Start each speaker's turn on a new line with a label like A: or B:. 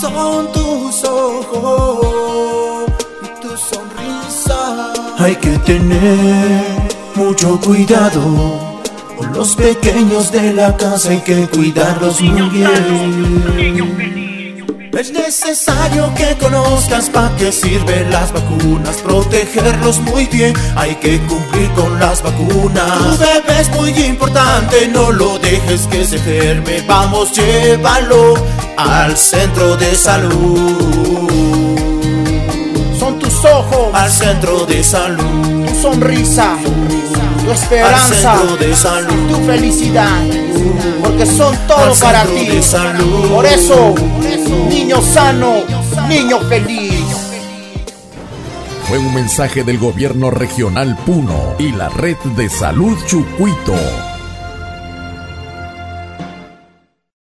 A: Son tus ojos y tu sonrisa.
B: Hay que tener mucho cuidado con los pequeños de la casa. Hay que cuidarlos muy bien. Es necesario que conozcas para qué sirven las vacunas, protegerlos muy bien, hay que cumplir con las vacunas. Tu bebé es muy importante, no lo dejes que se enferme, vamos, llévalo al centro de salud.
A: Son tus ojos,
B: Al centro de salud,
A: tu sonrisa, tu
B: al
A: esperanza,
B: centro de salud.
A: tu felicidad. Porque son
B: Al
A: todo
B: centro
A: para ti.
B: de salud.
A: Por eso, niño sano, niño feliz.
C: Fue un mensaje del gobierno regional Puno y la red de salud Chucuito.